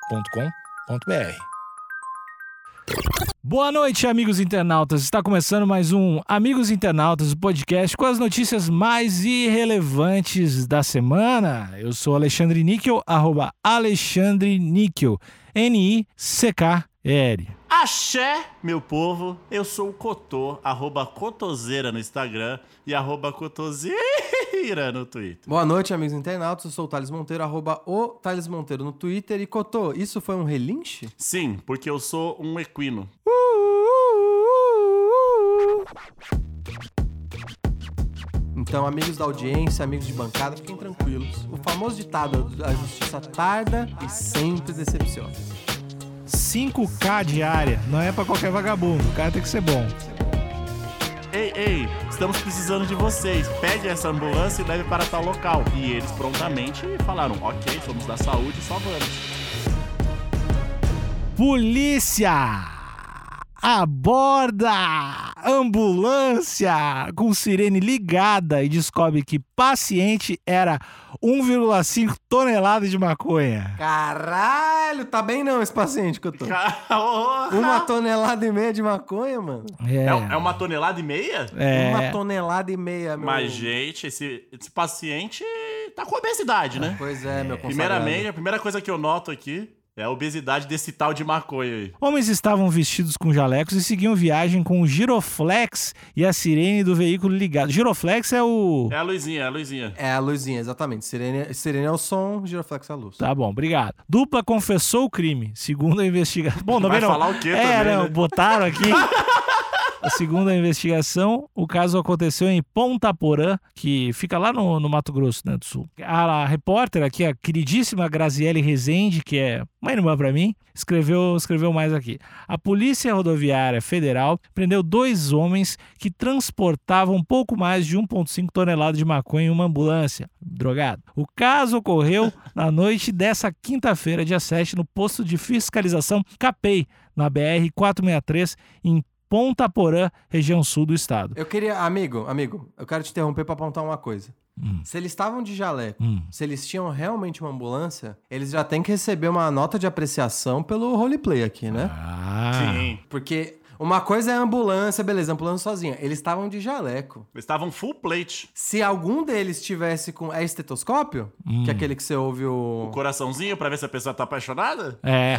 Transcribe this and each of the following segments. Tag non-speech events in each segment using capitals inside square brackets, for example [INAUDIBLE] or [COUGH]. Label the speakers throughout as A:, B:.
A: agenciadepodcast.com.br.
B: Boa noite, amigos internautas. Está começando mais um Amigos Internautas, o podcast com as notícias mais irrelevantes da semana. Eu sou Alexandre Níquel, arroba Alexandre Níquel, N-I-C-K-E-L.
C: Axé, meu povo, eu sou o Cotô, arroba Cotoseira no Instagram e arroba Cotoseira no Twitter.
D: Boa noite, amigos internautas. Eu sou o Thales Monteiro, arroba o Thales Monteiro no Twitter. E Cotô, isso foi um relinche?
C: Sim, porque eu sou um equino.
D: Então, amigos da audiência, amigos de bancada, fiquem tranquilos. O famoso ditado, a justiça tarda e sempre decepciona.
B: 5K diária, não é pra qualquer vagabundo, o cara tem que ser bom.
C: Ei, ei, estamos precisando de vocês. Pegue essa ambulância e leve para tal local. E eles prontamente falaram: ok, somos da saúde, só vamos.
B: Polícia! Aborda ambulância com sirene ligada e descobre que paciente era 1,5 toneladas de maconha.
D: Caralho, tá bem não esse paciente, Cotô?
C: [LAUGHS]
D: Uma
C: Uma
D: tonelada e meia de maconha, mano?
C: é, é uma tonelada e meia?
B: É.
D: Uma tonelada e meia, meu.
C: Mas, gente, esse, esse paciente tá com obesidade, né?
D: Pois é, meu consagrado.
C: Primeiramente, a primeira coisa que eu noto aqui é a obesidade desse tal de maconha aí.
B: Homens estavam vestidos com jalecos e seguiam viagem com o giroflex e a sirene do veículo ligado. Giroflex é o.
C: É a luzinha, é a luzinha.
D: É a luzinha, exatamente. Sirene, sirene é o som, giroflex é a luz.
B: Tá bom, obrigado. Dupla confessou o crime, segundo a investigação. Bom, também
C: Vai
B: não.
C: falar o quê
B: é,
C: também,
B: não,
C: né?
B: botaram
C: [LAUGHS]
B: aqui. Segundo a investigação, o caso aconteceu em Ponta Porã, que fica lá no, no Mato Grosso né, do Sul. A, repórter aqui, a queridíssima Graziele Rezende, que é uma irmã pra mim, escreveu, escreveu mais aqui. A Polícia Rodoviária Federal prendeu dois homens que transportavam um pouco mais de 1,5 toneladas de maconha em uma ambulância. Drogado. O caso ocorreu na noite dessa quinta-feira, dia 7, no posto de fiscalização Capei, na BR-463, em Ponta Porã, região sul do estado.
D: Eu queria, amigo, amigo, eu quero te interromper pra apontar uma coisa.
B: Hum.
D: Se eles estavam de jaleco,
B: Hum.
D: se eles tinham realmente uma ambulância, eles já têm que receber uma nota de apreciação pelo roleplay aqui, né?
B: Ah.
C: Sim.
D: Porque uma coisa é a ambulância, beleza, ambulância sozinha. Eles estavam de jaleco.
C: Eles estavam full plate.
D: Se algum deles tivesse com. É estetoscópio? Que é aquele que você ouve o.
C: O coraçãozinho pra ver se a pessoa tá apaixonada?
B: É.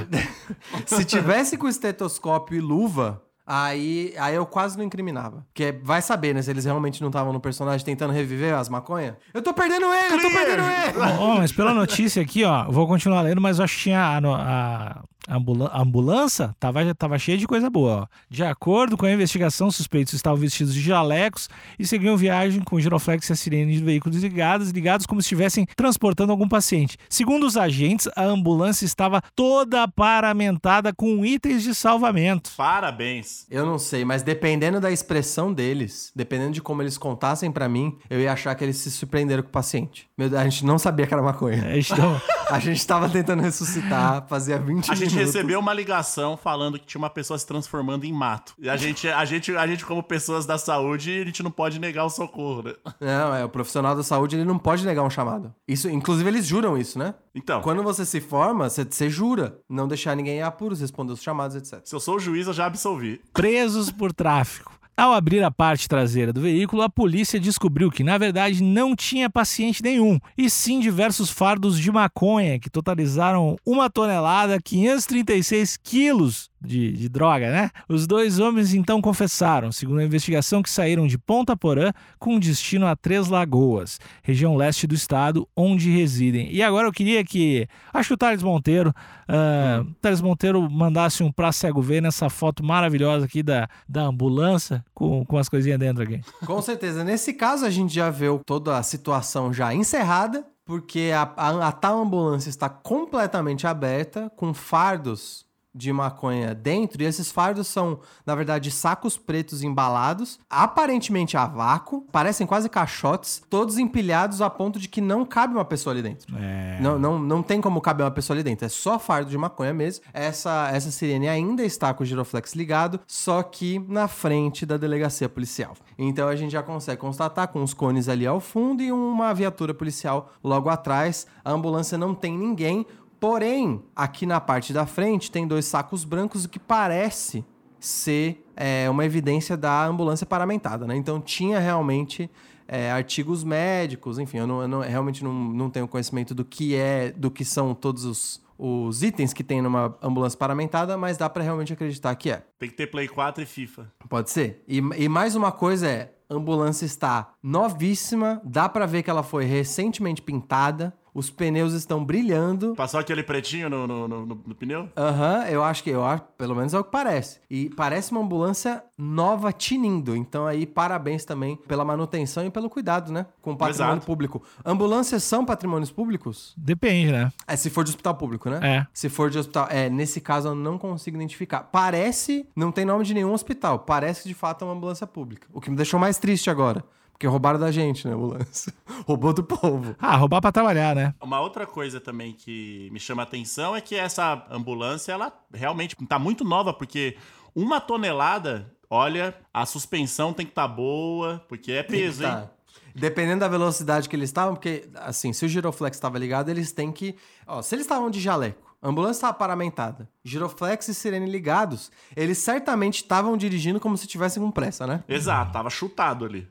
D: Se tivesse com estetoscópio e luva, aí, aí eu quase não incriminava. Porque vai saber, né? Se eles realmente não estavam no personagem tentando reviver as maconhas. Eu tô perdendo ele, eu tô
C: Clear!
D: perdendo ele!
B: Ó, mas pela notícia aqui, ó, vou continuar lendo, mas eu acho que tinha a, no- a ambula- a ambulância tava, já tava cheia de coisa boa, ó. De acordo com a investigação, os suspeitos estavam vestidos de jalecos e seguiam viagem com giroflex e a sirene de veículos ligados, ligados como se estivessem transportando algum paciente. Segundo os agentes, a ambulância estava toda paramentada com itens de salvamento.
C: Parabéns.
D: Eu não sei, mas dependendo da expressão deles, dependendo de como eles contassem pra mim, eu ia achar que eles se surpreenderam com o paciente. Meu Deus, a gente não sabia que era maconha.
B: É, Então,
D: A gente tava tentando ressuscitar, fazia 20
C: A gente
D: minutos.
C: recebeu uma ligação falando que tinha uma pessoa se transformando em mato. E a gente, a gente, a gente como pessoas da saúde, a gente não pode negar o socorro, né?
D: Não, é, o profissional da saúde, ele não pode negar um chamado. Isso, inclusive eles juram isso, né?
C: Então,
D: Quando você se forma, você, você jura não deixar ninguém em apuros, responder os chamados, etc.
C: se eu sou o juiz, eu já absolvi.
B: presos por tráfico. Ao abrir a parte traseira do veículo, a polícia descobriu que, na verdade, não tinha paciente nenhum, e sim diversos fardos de maconha, que totalizaram uma tonelada, 536 quilos de, de droga, né? Os dois homens então confessaram, segundo a investigação, que saíram de Ponta Porã com destino a Três Lagoas, região leste do estado, onde residem. E agora eu queria que. Acho que o Thales Monteiro ah, Thales Monteiro mandasse um pra cego ver nessa foto maravilhosa aqui da, da ambulância com, com as coisinhas dentro aqui.
D: Com certeza. Nesse caso, a gente já viu toda a situação já encerrada, porque a, a- a tal ambulância está completamente aberta, com fardos de maconha dentro, e esses fardos são, na verdade, sacos pretos embalados, aparentemente a vácuo, parecem quase caixotes, todos empilhados a ponto de que não cabe uma pessoa ali dentro.
B: É.
D: Não, não, não tem como caber uma pessoa ali dentro, é só fardo de maconha mesmo. Essa, essa sirene ainda está com o giroflex ligado, só que na frente da delegacia policial. Então a gente já consegue constatar com os cones ali ao fundo e uma viatura policial logo atrás. A ambulância não tem ninguém, porém, aqui na parte da frente tem dois sacos brancos, o que parece ser é, uma evidência da ambulância paramentada, né? Então tinha realmente é, artigos médicos, enfim, eu, não, eu não- realmente não, não tenho conhecimento do que é, do que são todos os, os itens que tem numa ambulância paramentada, mas dá pra realmente acreditar que é.
C: Tem que ter Play 4 e FIFA.
D: Pode ser. E, e mais uma coisa é, a ambulância está novíssima, dá pra ver que ela foi recentemente pintada, os pneus estão brilhando.
C: Passou aquele pretinho no, no, no- no- no pneu?
D: Aham, eu acho que eu acho, pelo menos é o que parece. E parece uma ambulância nova tinindo. Então aí parabéns também pela manutenção e pelo cuidado, né, com o patrimônio
C: Exato.
D: público. Ambulâncias são patrimônios públicos?
B: Depende, né?
D: É se for de hospital público, né?
B: É.
D: Se for de hospital, é, nesse caso eu não consigo identificar. Parece, não tem nome de nenhum hospital, parece que de fato é uma ambulância pública. O que me deixou mais triste agora, porque roubaram da gente, né, a ambulância. [LAUGHS] Roubou do povo.
B: Ah, roubar pra trabalhar, né?
C: Uma outra coisa também que me chama a atenção é que essa ambulância, ela realmente tá muito nova, porque uma tonelada, olha, a suspensão tem que tá boa, porque é peso, hein?
D: Tá. Dependendo da velocidade que eles estavam, porque, assim, se o giroflex estava ligado, eles têm que. Ó, se eles estavam de jaleco, a ambulância estava paramentada, giroflex e sirene ligados, eles certamente estavam dirigindo como se tivessem com pressa, né?
C: Exato, tava chutado ali.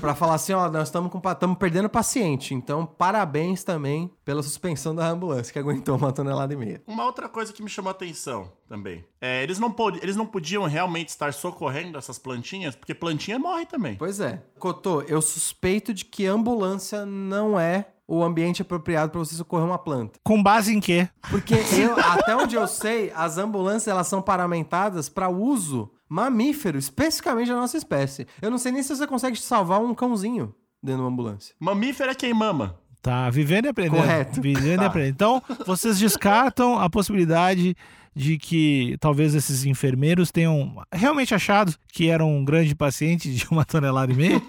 D: Pra falar assim, ó, nós estamos com pa- tamo perdendo paciente, então parabéns também pela suspensão da ambulância, que aguentou uma tonelada e meia.
C: Uma outra coisa que me chamou a atenção também. É, eles, não pod- eles não podiam realmente estar socorrendo essas plantinhas, porque plantinha morre também.
D: Pois é. Cotô, eu suspeito de que ambulância não é o ambiente apropriado pra você socorrer uma planta.
B: Com base em quê?
D: Porque eu- até onde eu sei, as ambulâncias elas são paramentadas para uso mamífero, especificamente da nossa espécie. Eu não sei nem se você consegue salvar um cãozinho dentro de uma ambulância.
C: Mamífero é quem mama.
B: Tá, vivendo e aprendendo.
D: Correto.
B: Vivendo
C: Tá.
B: e aprendendo. Então, vocês descartam a possibilidade de que talvez esses enfermeiros tenham realmente achado que era um grande paciente de uma [LAUGHS] tonelada e meia.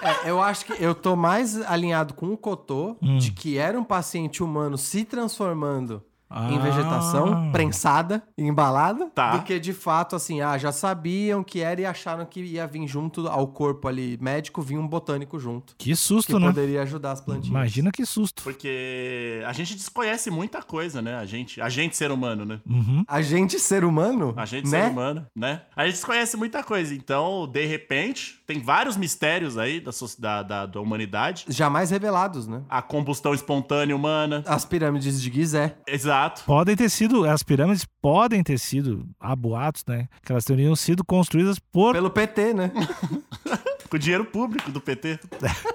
D: É, eu acho que eu tô mais alinhado com o Cotô
B: Hum.
D: de que era um paciente humano se transformando em
B: Ah.
D: vegetação prensada, embalada,
C: Tá.
D: do que de fato assim, ah, já sabiam que era e acharam que ia vir junto ao corpo ali médico, vinha um botânico junto.
B: Que
D: Que
B: susto, né?
D: poderia ajudar as plantinhas.
B: Imagina que susto.
C: Porque a gente desconhece muita coisa, né? A gente, a gente ser humano, né?
B: Uhum.
D: A gente ser humano?
C: A gente é
D: né?
C: ser humano, né? A gente desconhece muita coisa. Então, de repente, tem vários mistérios aí da, soci- da, da, da humanidade.
D: jamais revelados, né?
C: A combustão espontânea humana.
D: As pirâmides de Gizé.
C: Exato.
B: Podem ter sido, as pirâmides podem ter sido, há boatos, né? Que elas teriam sido construídas por
D: Pelo
C: [LAUGHS]
D: PT, né?
C: Com dinheiro público do PT.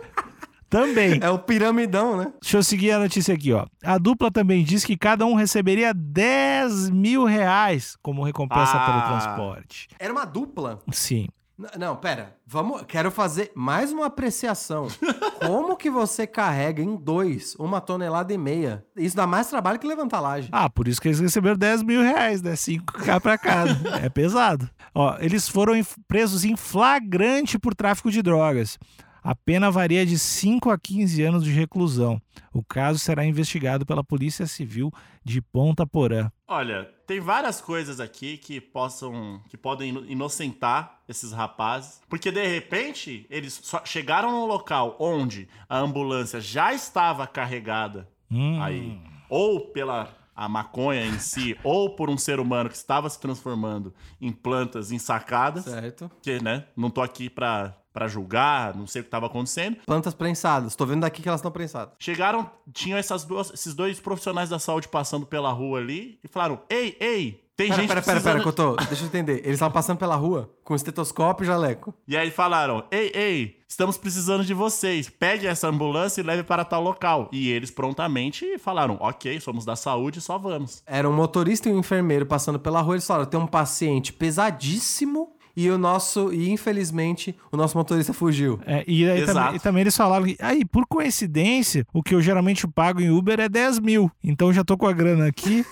D: [LAUGHS]
B: também.
D: É o piramidão, né?
B: Deixa eu seguir a notícia aqui, ó. A dupla também diz que cada um receberia 10 mil reais como recompensa
C: Ah.
B: pelo transporte.
D: Era uma dupla.
B: Sim.
D: N- não, pera. Vamos. Quero fazer mais uma apreciação.
C: [LAUGHS]
D: Como que você carrega em dois uma tonelada e meia? Isso dá mais trabalho que levantar laje.
B: Ah, por isso que eles receberam 10 mil reais, né? 5k pra
C: [LAUGHS]
B: cada. é pesado. Ó, eles foram em- presos em flagrante por tráfico de drogas. A pena varia de 5 a 15 anos de reclusão. O caso será investigado pela Polícia Civil de Ponta Porã.
C: Olha, tem várias coisas aqui que possam. que podem ino- inocentar esses rapazes. Porque de repente, eles só chegaram num local onde a ambulância já estava carregada
B: Hum.
C: aí, ou pela a maconha em si,
D: [LAUGHS]
C: ou por um ser humano que estava se transformando em plantas ensacadas,
D: Certo.
C: que, né, não tô aqui pra, pra julgar, não sei o que estava acontecendo.
D: Plantas prensadas. Tô vendo daqui que elas estão prensadas.
C: Chegaram, tinham essas duas, esses dois profissionais da saúde passando pela rua ali e falaram: "Ei, ei, tem
D: Pera,
C: gente
D: pera, pera,
C: precisando-"
D: pera, Cotô. Deixa eu entender. Eles estavam passando pela rua com estetoscópio e jaleco.
C: E aí falaram: "Ei, ei, estamos precisando de vocês. Pegue essa ambulância e leve para tal local." E eles prontamente falaram: "OK, somos da saúde, só vamos."
D: Era um motorista e um enfermeiro passando pela rua. Eles falaram: tem um paciente pesadíssimo e o nosso, e infelizmente, o nosso motorista fugiu.
B: É, e, aí
C: Exato.
B: também, e também eles falaram que, aí, por
C: [LAUGHS]
B: coincidência, o que eu geralmente pago em Uber é 10 mil. Então já tô com a grana aqui.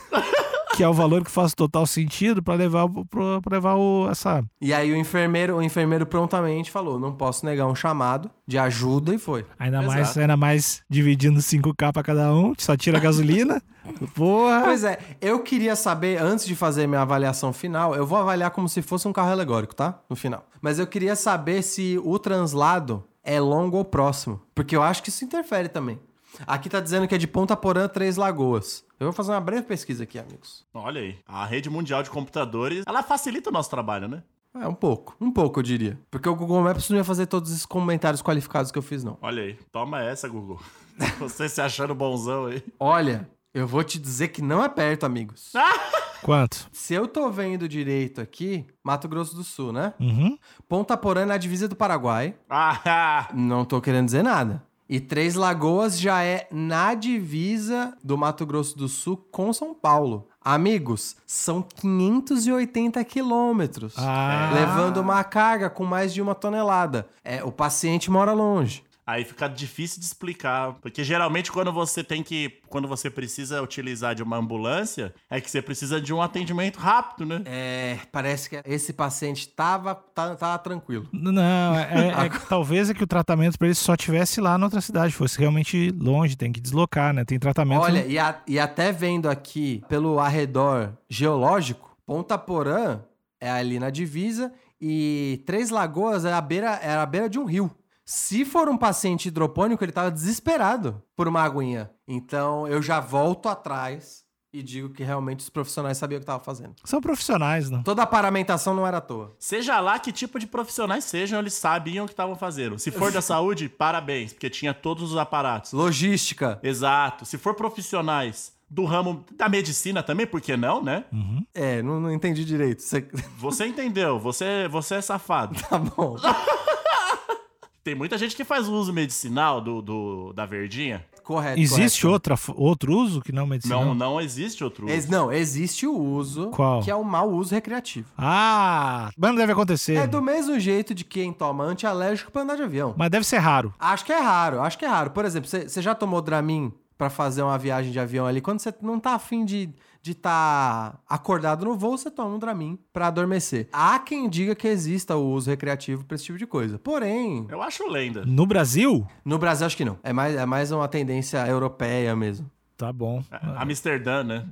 B: que é o valor que faz total sentido pra levar, o- pro- pra levar o, essa.
D: E aí o enfermeiro, o enfermeiro prontamente falou: não posso negar um chamado de ajuda e foi.
B: Ainda
C: Exato.
B: mais, ainda mais dividindo 5K pra cada um, só tira a
D: [LAUGHS]
B: gasolina. Porra!
D: Pois é, eu queria saber, antes de fazer minha avaliação final, eu vou avaliar como se fosse um carro alegórico, tá? No final. Mas eu queria saber se o translado é longo ou próximo. Porque eu acho que isso interfere também. Aqui tá dizendo que é de Ponta Porã, Três Lagoas. Eu vou fazer uma breve pesquisa aqui, amigos.
C: Olha aí, a rede mundial de computadores, ela facilita o nosso trabalho, né?
D: É, um pouco. Um pouco, eu diria. Porque o Google Maps não ia fazer todos esses comentários qualificados que eu fiz, não.
C: Olha aí, toma essa, Google. [LAUGHS] Você se achando bonzão aí.
D: Olha, eu vou te dizer que não é perto, amigos.
B: Quanto?
D: Se eu tô vendo direito aqui, Mato Grosso do Sul, né?
B: Uhum.
D: Ponta Porã é na divisa do Paraguai.
C: Ah,
D: Não tô querendo dizer nada. E Três Lagoas já é na divisa do Mato Grosso do Sul com São Paulo. Amigos, são 580 quilômetros.
B: Ah.
D: Levando uma carga com mais de uma tonelada. É, o paciente mora longe.
C: Aí fica difícil de explicar, porque geralmente quando você tem que, quando você precisa utilizar de uma ambulância, é que você precisa de um atendimento rápido, né?
D: É, parece que esse paciente tava, tá- tava tranquilo.
B: Não, é,
D: Ah.
B: é que talvez é que o tratamento pra ele só tivesse lá na outra cidade, fosse realmente longe, tem que deslocar, né? Tem tratamento.
D: Olha, e, a- e até vendo aqui pelo arredor geológico, Ponta Porã é ali na divisa e Três Lagoas é à beira, é à beira de um rio. Se for um paciente hidropônico, ele tava desesperado por uma aguinha. Então eu já volto atrás e digo que realmente os profissionais sabiam o que estavam fazendo.
B: São profissionais, né? não?
D: Toda a paramentação não era à toa.
C: Seja lá que tipo de profissionais sejam, eles sabiam o que estavam fazendo. Se for da saúde, parabéns, porque tinha todos os aparatos.
D: Logística.
C: Exato. Se for profissionais do ramo da medicina também, por que não, né?
B: Uhum.
D: É, não, não entendi direito. Você... [LAUGHS]
C: Você entendeu, você, você é safado.
D: tá bom.
C: Tem muita gente que faz uso medicinal do, do- da verdinha.
D: É Correto.
B: Existe
D: correto.
B: outra, f- outro uso que não medicinal?
C: Não, não existe outro uso.
D: Ex- Não, existe o uso,
B: Qual?
D: que é o mau uso recreativo.
B: Ah, mas não deve acontecer.
D: É do mesmo jeito de quem toma antialérgico pra andar de avião.
B: Mas deve ser raro.
D: Acho que é raro, acho que é raro. Por exemplo, você já tomou Dramin pra fazer uma viagem de avião ali? Quando você não tá afim de de tá acordado no voo, você toma um Dramin pra adormecer. Há quem diga que exista o uso recreativo pra esse tipo de coisa. Porém,
C: Eu acho lenda.
B: No Brasil?
D: no Brasil acho que não. É mais, é mais uma tendência europeia mesmo.
B: Tá bom.
C: Amsterdã, né?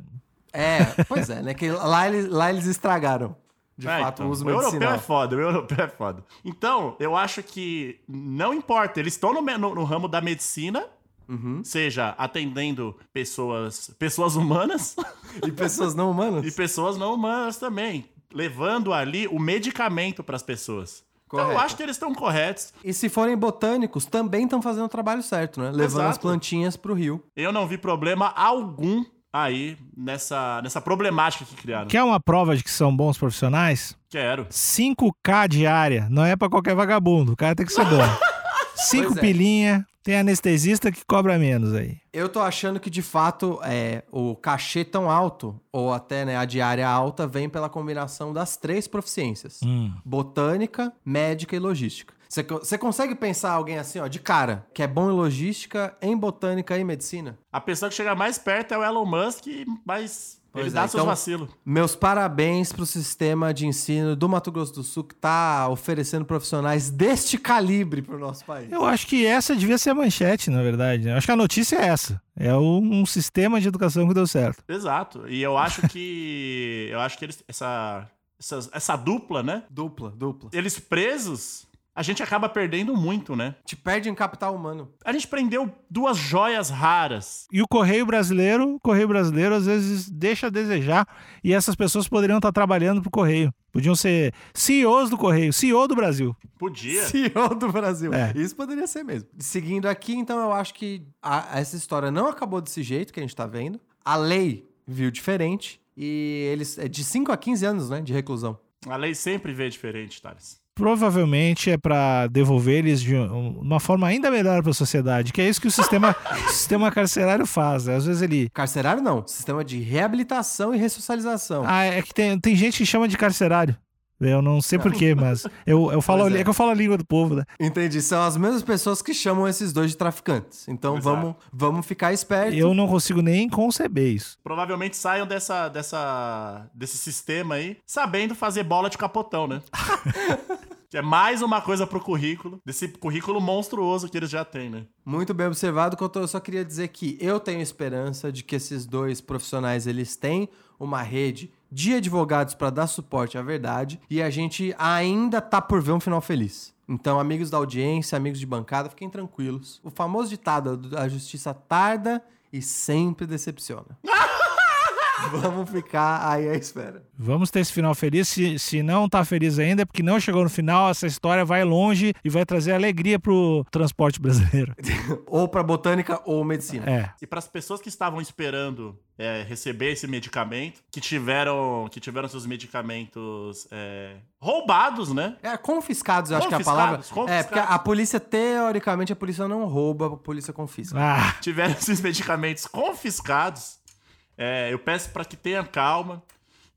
D: É, pois é, né? Que lá eles, lá eles estragaram, de
C: É,
D: fato,
C: então.
D: o uso
C: o europeu
D: medicinal.
C: é foda, o europeu é foda. Então, eu acho que não importa, eles estão no, me- no- no ramo da medicina,
D: Uhum.
C: seja atendendo pessoas, pessoas
D: [LAUGHS]
C: humanas
D: E pessoas não humanas?
C: e pessoas não humanas também, levando ali o medicamento para as pessoas. Então,
D: Correto.
C: eu acho que eles estão corretos.
D: E se forem botânicos, também estão fazendo o trabalho certo, né? Levando as
C: Exato.
D: plantinhas pro rio.
C: Eu não vi problema algum aí nessa, nessa problemática que criaram.
B: Quer uma prova de que são bons profissionais?
C: Quero.
B: 5K diária. Não é pra qualquer vagabundo. O cara tem que ser
D: [LAUGHS]
B: bom. 5
D: Pois é.
B: pilinha. Tem anestesista que cobra menos aí.
D: Eu tô achando que, de fato, é, o cachê tão alto, ou até né, a diária alta, vem pela combinação das três proficiências.
B: Hum.
D: Botânica, médica e logística. Você co- Você consegue pensar alguém assim, ó, de cara, que é bom em logística, em botânica e em medicina?
C: A pessoa que chega mais perto é o Elon Musk, mas
D: Pois
C: ele
D: é,
C: dá seus
D: então-
C: vacilos.
D: Meus parabéns pro sistema de ensino do Mato Grosso do Sul, que tá oferecendo profissionais deste calibre pro nosso país.
B: Eu acho que essa devia ser a manchete, na verdade. né? Eu acho que a notícia é essa. É o- um sistema de educação que deu certo.
C: Exato. E eu acho
D: [LAUGHS]
C: que. eu acho que eles. Essa, essas- essa dupla, né?
D: Dupla, dupla.
C: Eles presos, a gente acaba perdendo muito, né?
D: Te perde em capital humano.
C: A gente prendeu duas joias raras.
B: E o Correio Brasileiro, o Correio Brasileiro às vezes deixa a desejar e essas pessoas poderiam estar trabalhando pro Correio. Podiam ser CEOs do Correio, CEO do Brasil.
C: Podia.
D: CEO do Brasil.
B: É.
D: Isso poderia ser mesmo. Seguindo aqui, então, eu acho que a- essa história não acabou desse jeito que a gente tá vendo. A lei viu diferente. E eles. É de 5 a 15 anos, né? De reclusão.
C: A lei sempre vê diferente, Thales.
B: Provavelmente é para devolver eles de um- uma forma ainda melhor para a sociedade, que é isso que o [LAUGHS] sistema, o sistema carcerário faz. né? Às vezes ele.
D: Carcerário não. Sistema de reabilitação e ressocialização.
B: Ah, é que tem, tem gente que chama de carcerário. Eu não sei porquê, mas eu, eu falo,
D: Pois
B: é.
D: é.
B: que eu falo a língua do povo, né?
D: Entendi. São as mesmas pessoas que chamam esses dois de traficantes. Então
C: Exato.
D: vamos, vamos ficar espertos.
B: Eu não consigo nem conceber isso.
C: Provavelmente saiam dessa, dessa, desse sistema aí sabendo fazer bola de capotão, né? que é mais uma coisa pro currículo, desse currículo monstruoso que eles já têm, né?
D: Muito bem observado, Couto. Eu só queria dizer que eu tenho esperança de que esses dois profissionais eles têm uma rede de advogados para dar suporte à verdade e a gente ainda tá por ver um final feliz. Então, amigos da audiência, amigos de bancada, fiquem tranquilos. O famoso ditado, a justiça tarda e sempre
C: [LAUGHS]
D: decepciona. Vamos ficar aí à espera.
B: Vamos ter esse final feliz. Se, se não tá feliz ainda, é porque não chegou no final, essa história vai longe e vai trazer alegria pro transporte brasileiro. [LAUGHS]
D: Ou para botânica ou medicina.
B: É.
C: E para as pessoas que estavam esperando é, receber esse medicamento, que tiveram, que tiveram seus medicamentos é, roubados, né?
D: É, confiscados, eu acho que é a palavra.
C: Confiscados,
D: É, porque
C: confiscados.
D: a polícia, teoricamente, a polícia não rouba, a polícia confisca.
B: Ah,
C: Tiveram [LAUGHS] esses medicamentos confiscados. É, eu peço para que tenha calma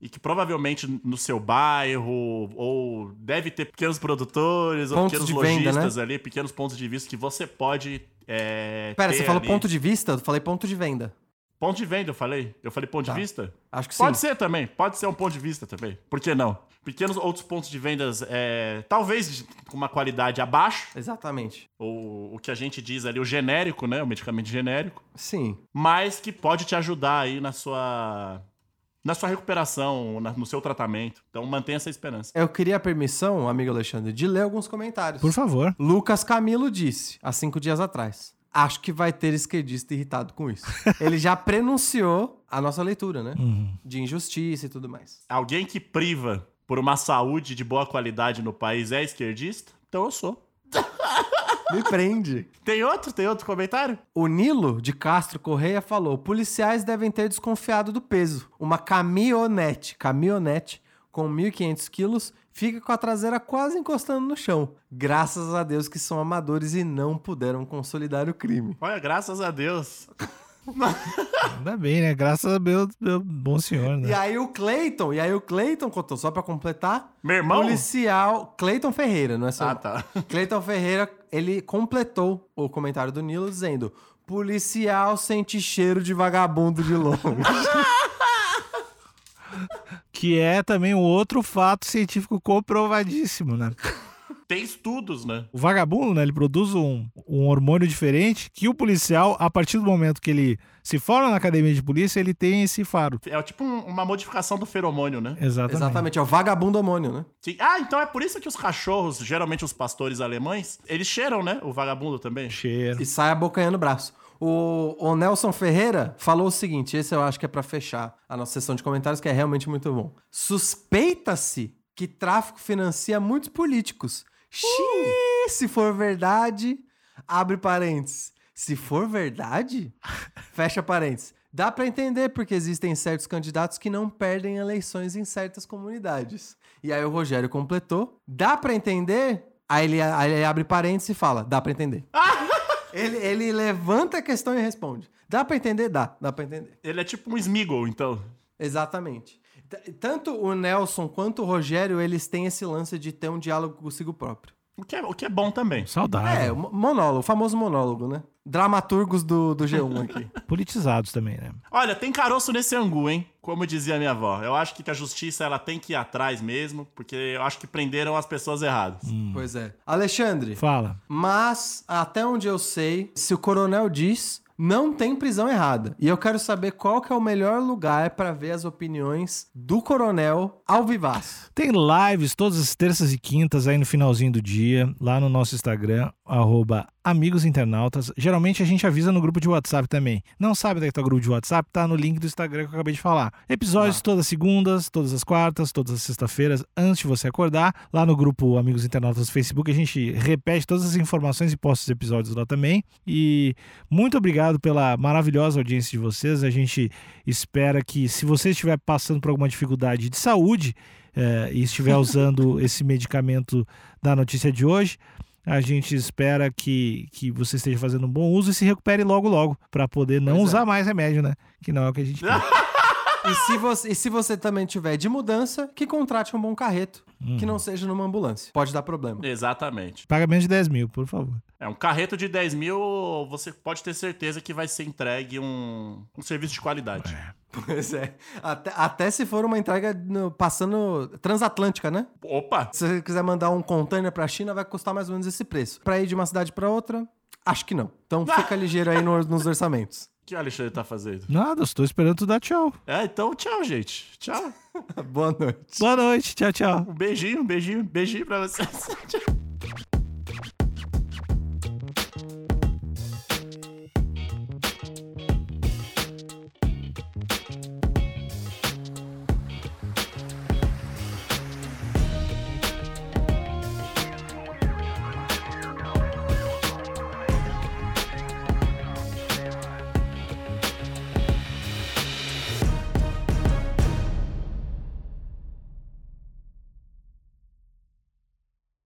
C: e que provavelmente no seu bairro ou deve ter pequenos produtores ou
D: Pontos
C: pequenos
D: de venda, né?
C: lojistas ali, pequenos pontos de vista que você pode. É,
D: Pera,
C: ter
D: você falou
C: ali.
D: ponto de vista? Eu falei ponto de venda.
C: Ponto de venda, eu falei? Eu falei ponto
D: Tá.
C: de vista?
D: Acho que sim.
C: Pode ser também, pode ser um ponto de vista também. Por que não? Pequenos outros pontos de vendas, é, talvez de- com uma qualidade abaixo,
D: Exatamente.
C: ou o que a gente diz ali, o genérico, né? O medicamento genérico,
D: Sim.
C: mas que pode te ajudar aí na sua. Na sua recuperação, na- no seu tratamento. Então mantenha essa esperança.
D: Eu queria a permissão, amigo Alexandre, de ler alguns comentários.
B: por favor.
D: Lucas Camilo disse, há cinco dias atrás. Acho que vai ter esquerdista irritado com
B: [LAUGHS]
D: isso. Ele já prenunciou a nossa leitura, né?
B: Uhum.
D: De injustiça e tudo mais.
C: Alguém que priva por uma saúde de boa qualidade no país é esquerdista? Então eu sou.
D: Me prende.
C: Tem outro? Tem outro comentário?
D: O Nilo de Castro Correia falou: policiais devem ter desconfiado do peso. Uma caminhonete, caminhonete com 1.500 quilos, fica com a traseira quase encostando no chão. Graças a Deus que são amadores e não puderam consolidar o crime.
C: Olha, graças a Deus.
B: Ainda bem, né? Graças a meu, meu bom senhor,
D: E
B: né?
D: aí o Cleiton, e aí o Cleiton contou, só pra completar.
C: Meu irmão?
D: Policial Cleiton Ferreira, não é seu
C: Ah, tá. [LAUGHS]
D: Cleiton Ferreira, ele completou o comentário do Nilo dizendo: policial sente cheiro de vagabundo de longe.
B: Que é também um outro fato científico comprovadíssimo, né?
C: Tem estudos, né?
B: O vagabundo, né? Ele produz um, um hormônio diferente que o policial, a partir do momento que ele se forma na academia de polícia, ele tem esse faro.
C: É tipo um- uma modificação do feromônio, né?
B: Exatamente.
D: Exatamente, é o vagabundo homônio, né?
C: Sim. Ah, então é por isso que os cachorros, geralmente os pastores alemães, eles cheiram, né? O vagabundo também.
B: Cheiro.
D: E sai abocanhando o braço. O, o Nelson Ferreira falou o seguinte: esse eu acho que é pra fechar a nossa sessão de comentários, que é realmente muito bom. Suspeita-se que tráfico financia muitos políticos. Xiii, se for verdade, abre parênteses. Se for verdade, fecha parênteses. Dá pra entender porque existem certos candidatos que não perdem eleições em certas comunidades. E aí o Rogério completou. Dá pra entender? Aí ele, aí ele abre parênteses e fala: dá pra entender. Ele, ele levanta a questão e responde. Dá pra entender? Dá, dá pra entender.
C: Ele é tipo um Smiggle, então.
D: Exatamente. T- Tanto o Nelson quanto o Rogério, eles têm esse lance de ter um diálogo consigo próprio.
C: O que é, o que é bom também.
D: É,
B: Saudável.
D: o mo- monólogo, o famoso monólogo, né? Dramaturgos do, do G1 aqui.
B: Politizados também, né?
C: Olha, tem caroço nesse angu, hein? Como dizia minha avó. Eu acho que a justiça ela tem que ir atrás mesmo, porque eu acho que prenderam as pessoas erradas.
D: Pois é. Alexandre,
B: Fala.
D: mas até onde eu sei, se o coronel diz, não tem prisão errada. E eu quero saber qual que é o melhor lugar pra ver as opiniões do coronel ao vivaço.
B: Tem lives todas as terças e quintas aí no finalzinho do dia, lá no nosso Instagram, arroba Amigos Internautas. Geralmente a gente avisa no grupo de WhatsApp também. Não sabe onde é que tá o grupo de WhatsApp? Tá no link do Instagram que eu acabei de falar. Episódios todas as segundas, todas as quartas, todas as sextas-feiras, antes de você acordar. Lá no grupo Amigos Internautas do Facebook, a gente repete todas as informações e posta os episódios lá também. E muito obrigado pela maravilhosa audiência de vocês. A gente espera que, se você estiver passando por alguma dificuldade de saúde, eh, e estiver
D: [LAUGHS]
B: usando esse medicamento da notícia de hoje, a gente espera que, que você esteja fazendo um bom uso e se recupere logo, logo, para poder não
D: Pois é. [LAUGHS]
B: usar mais remédio, né? Que não é o que a gente quer.
D: E se, você, e se você também tiver de mudança, que contrate um bom carreto, que não seja numa ambulância. Pode dar problema.
C: Exatamente.
B: Paga menos de 10 mil, por favor.
C: É um carreto de 10 mil, você pode ter certeza que vai ser entregue um, um serviço de qualidade.
D: [LAUGHS] Pois é. Até, até se for uma entrega no- passando transatlântica, né?
C: Opa!
D: Se você quiser mandar um container pra China, vai custar mais ou menos esse preço. Pra ir de uma cidade pra outra, acho que não. Então [LAUGHS] fica ligeiro aí no- nos orçamentos.
C: O que o Alexandre tá fazendo?
B: Nada, estou esperando tu dar tchau.
C: É, então tchau, gente. Tchau.
D: Boa noite.
B: Boa noite, tchau, tchau.
C: Um beijinho, um beijinho, beijinho um pra vocês. Tchau.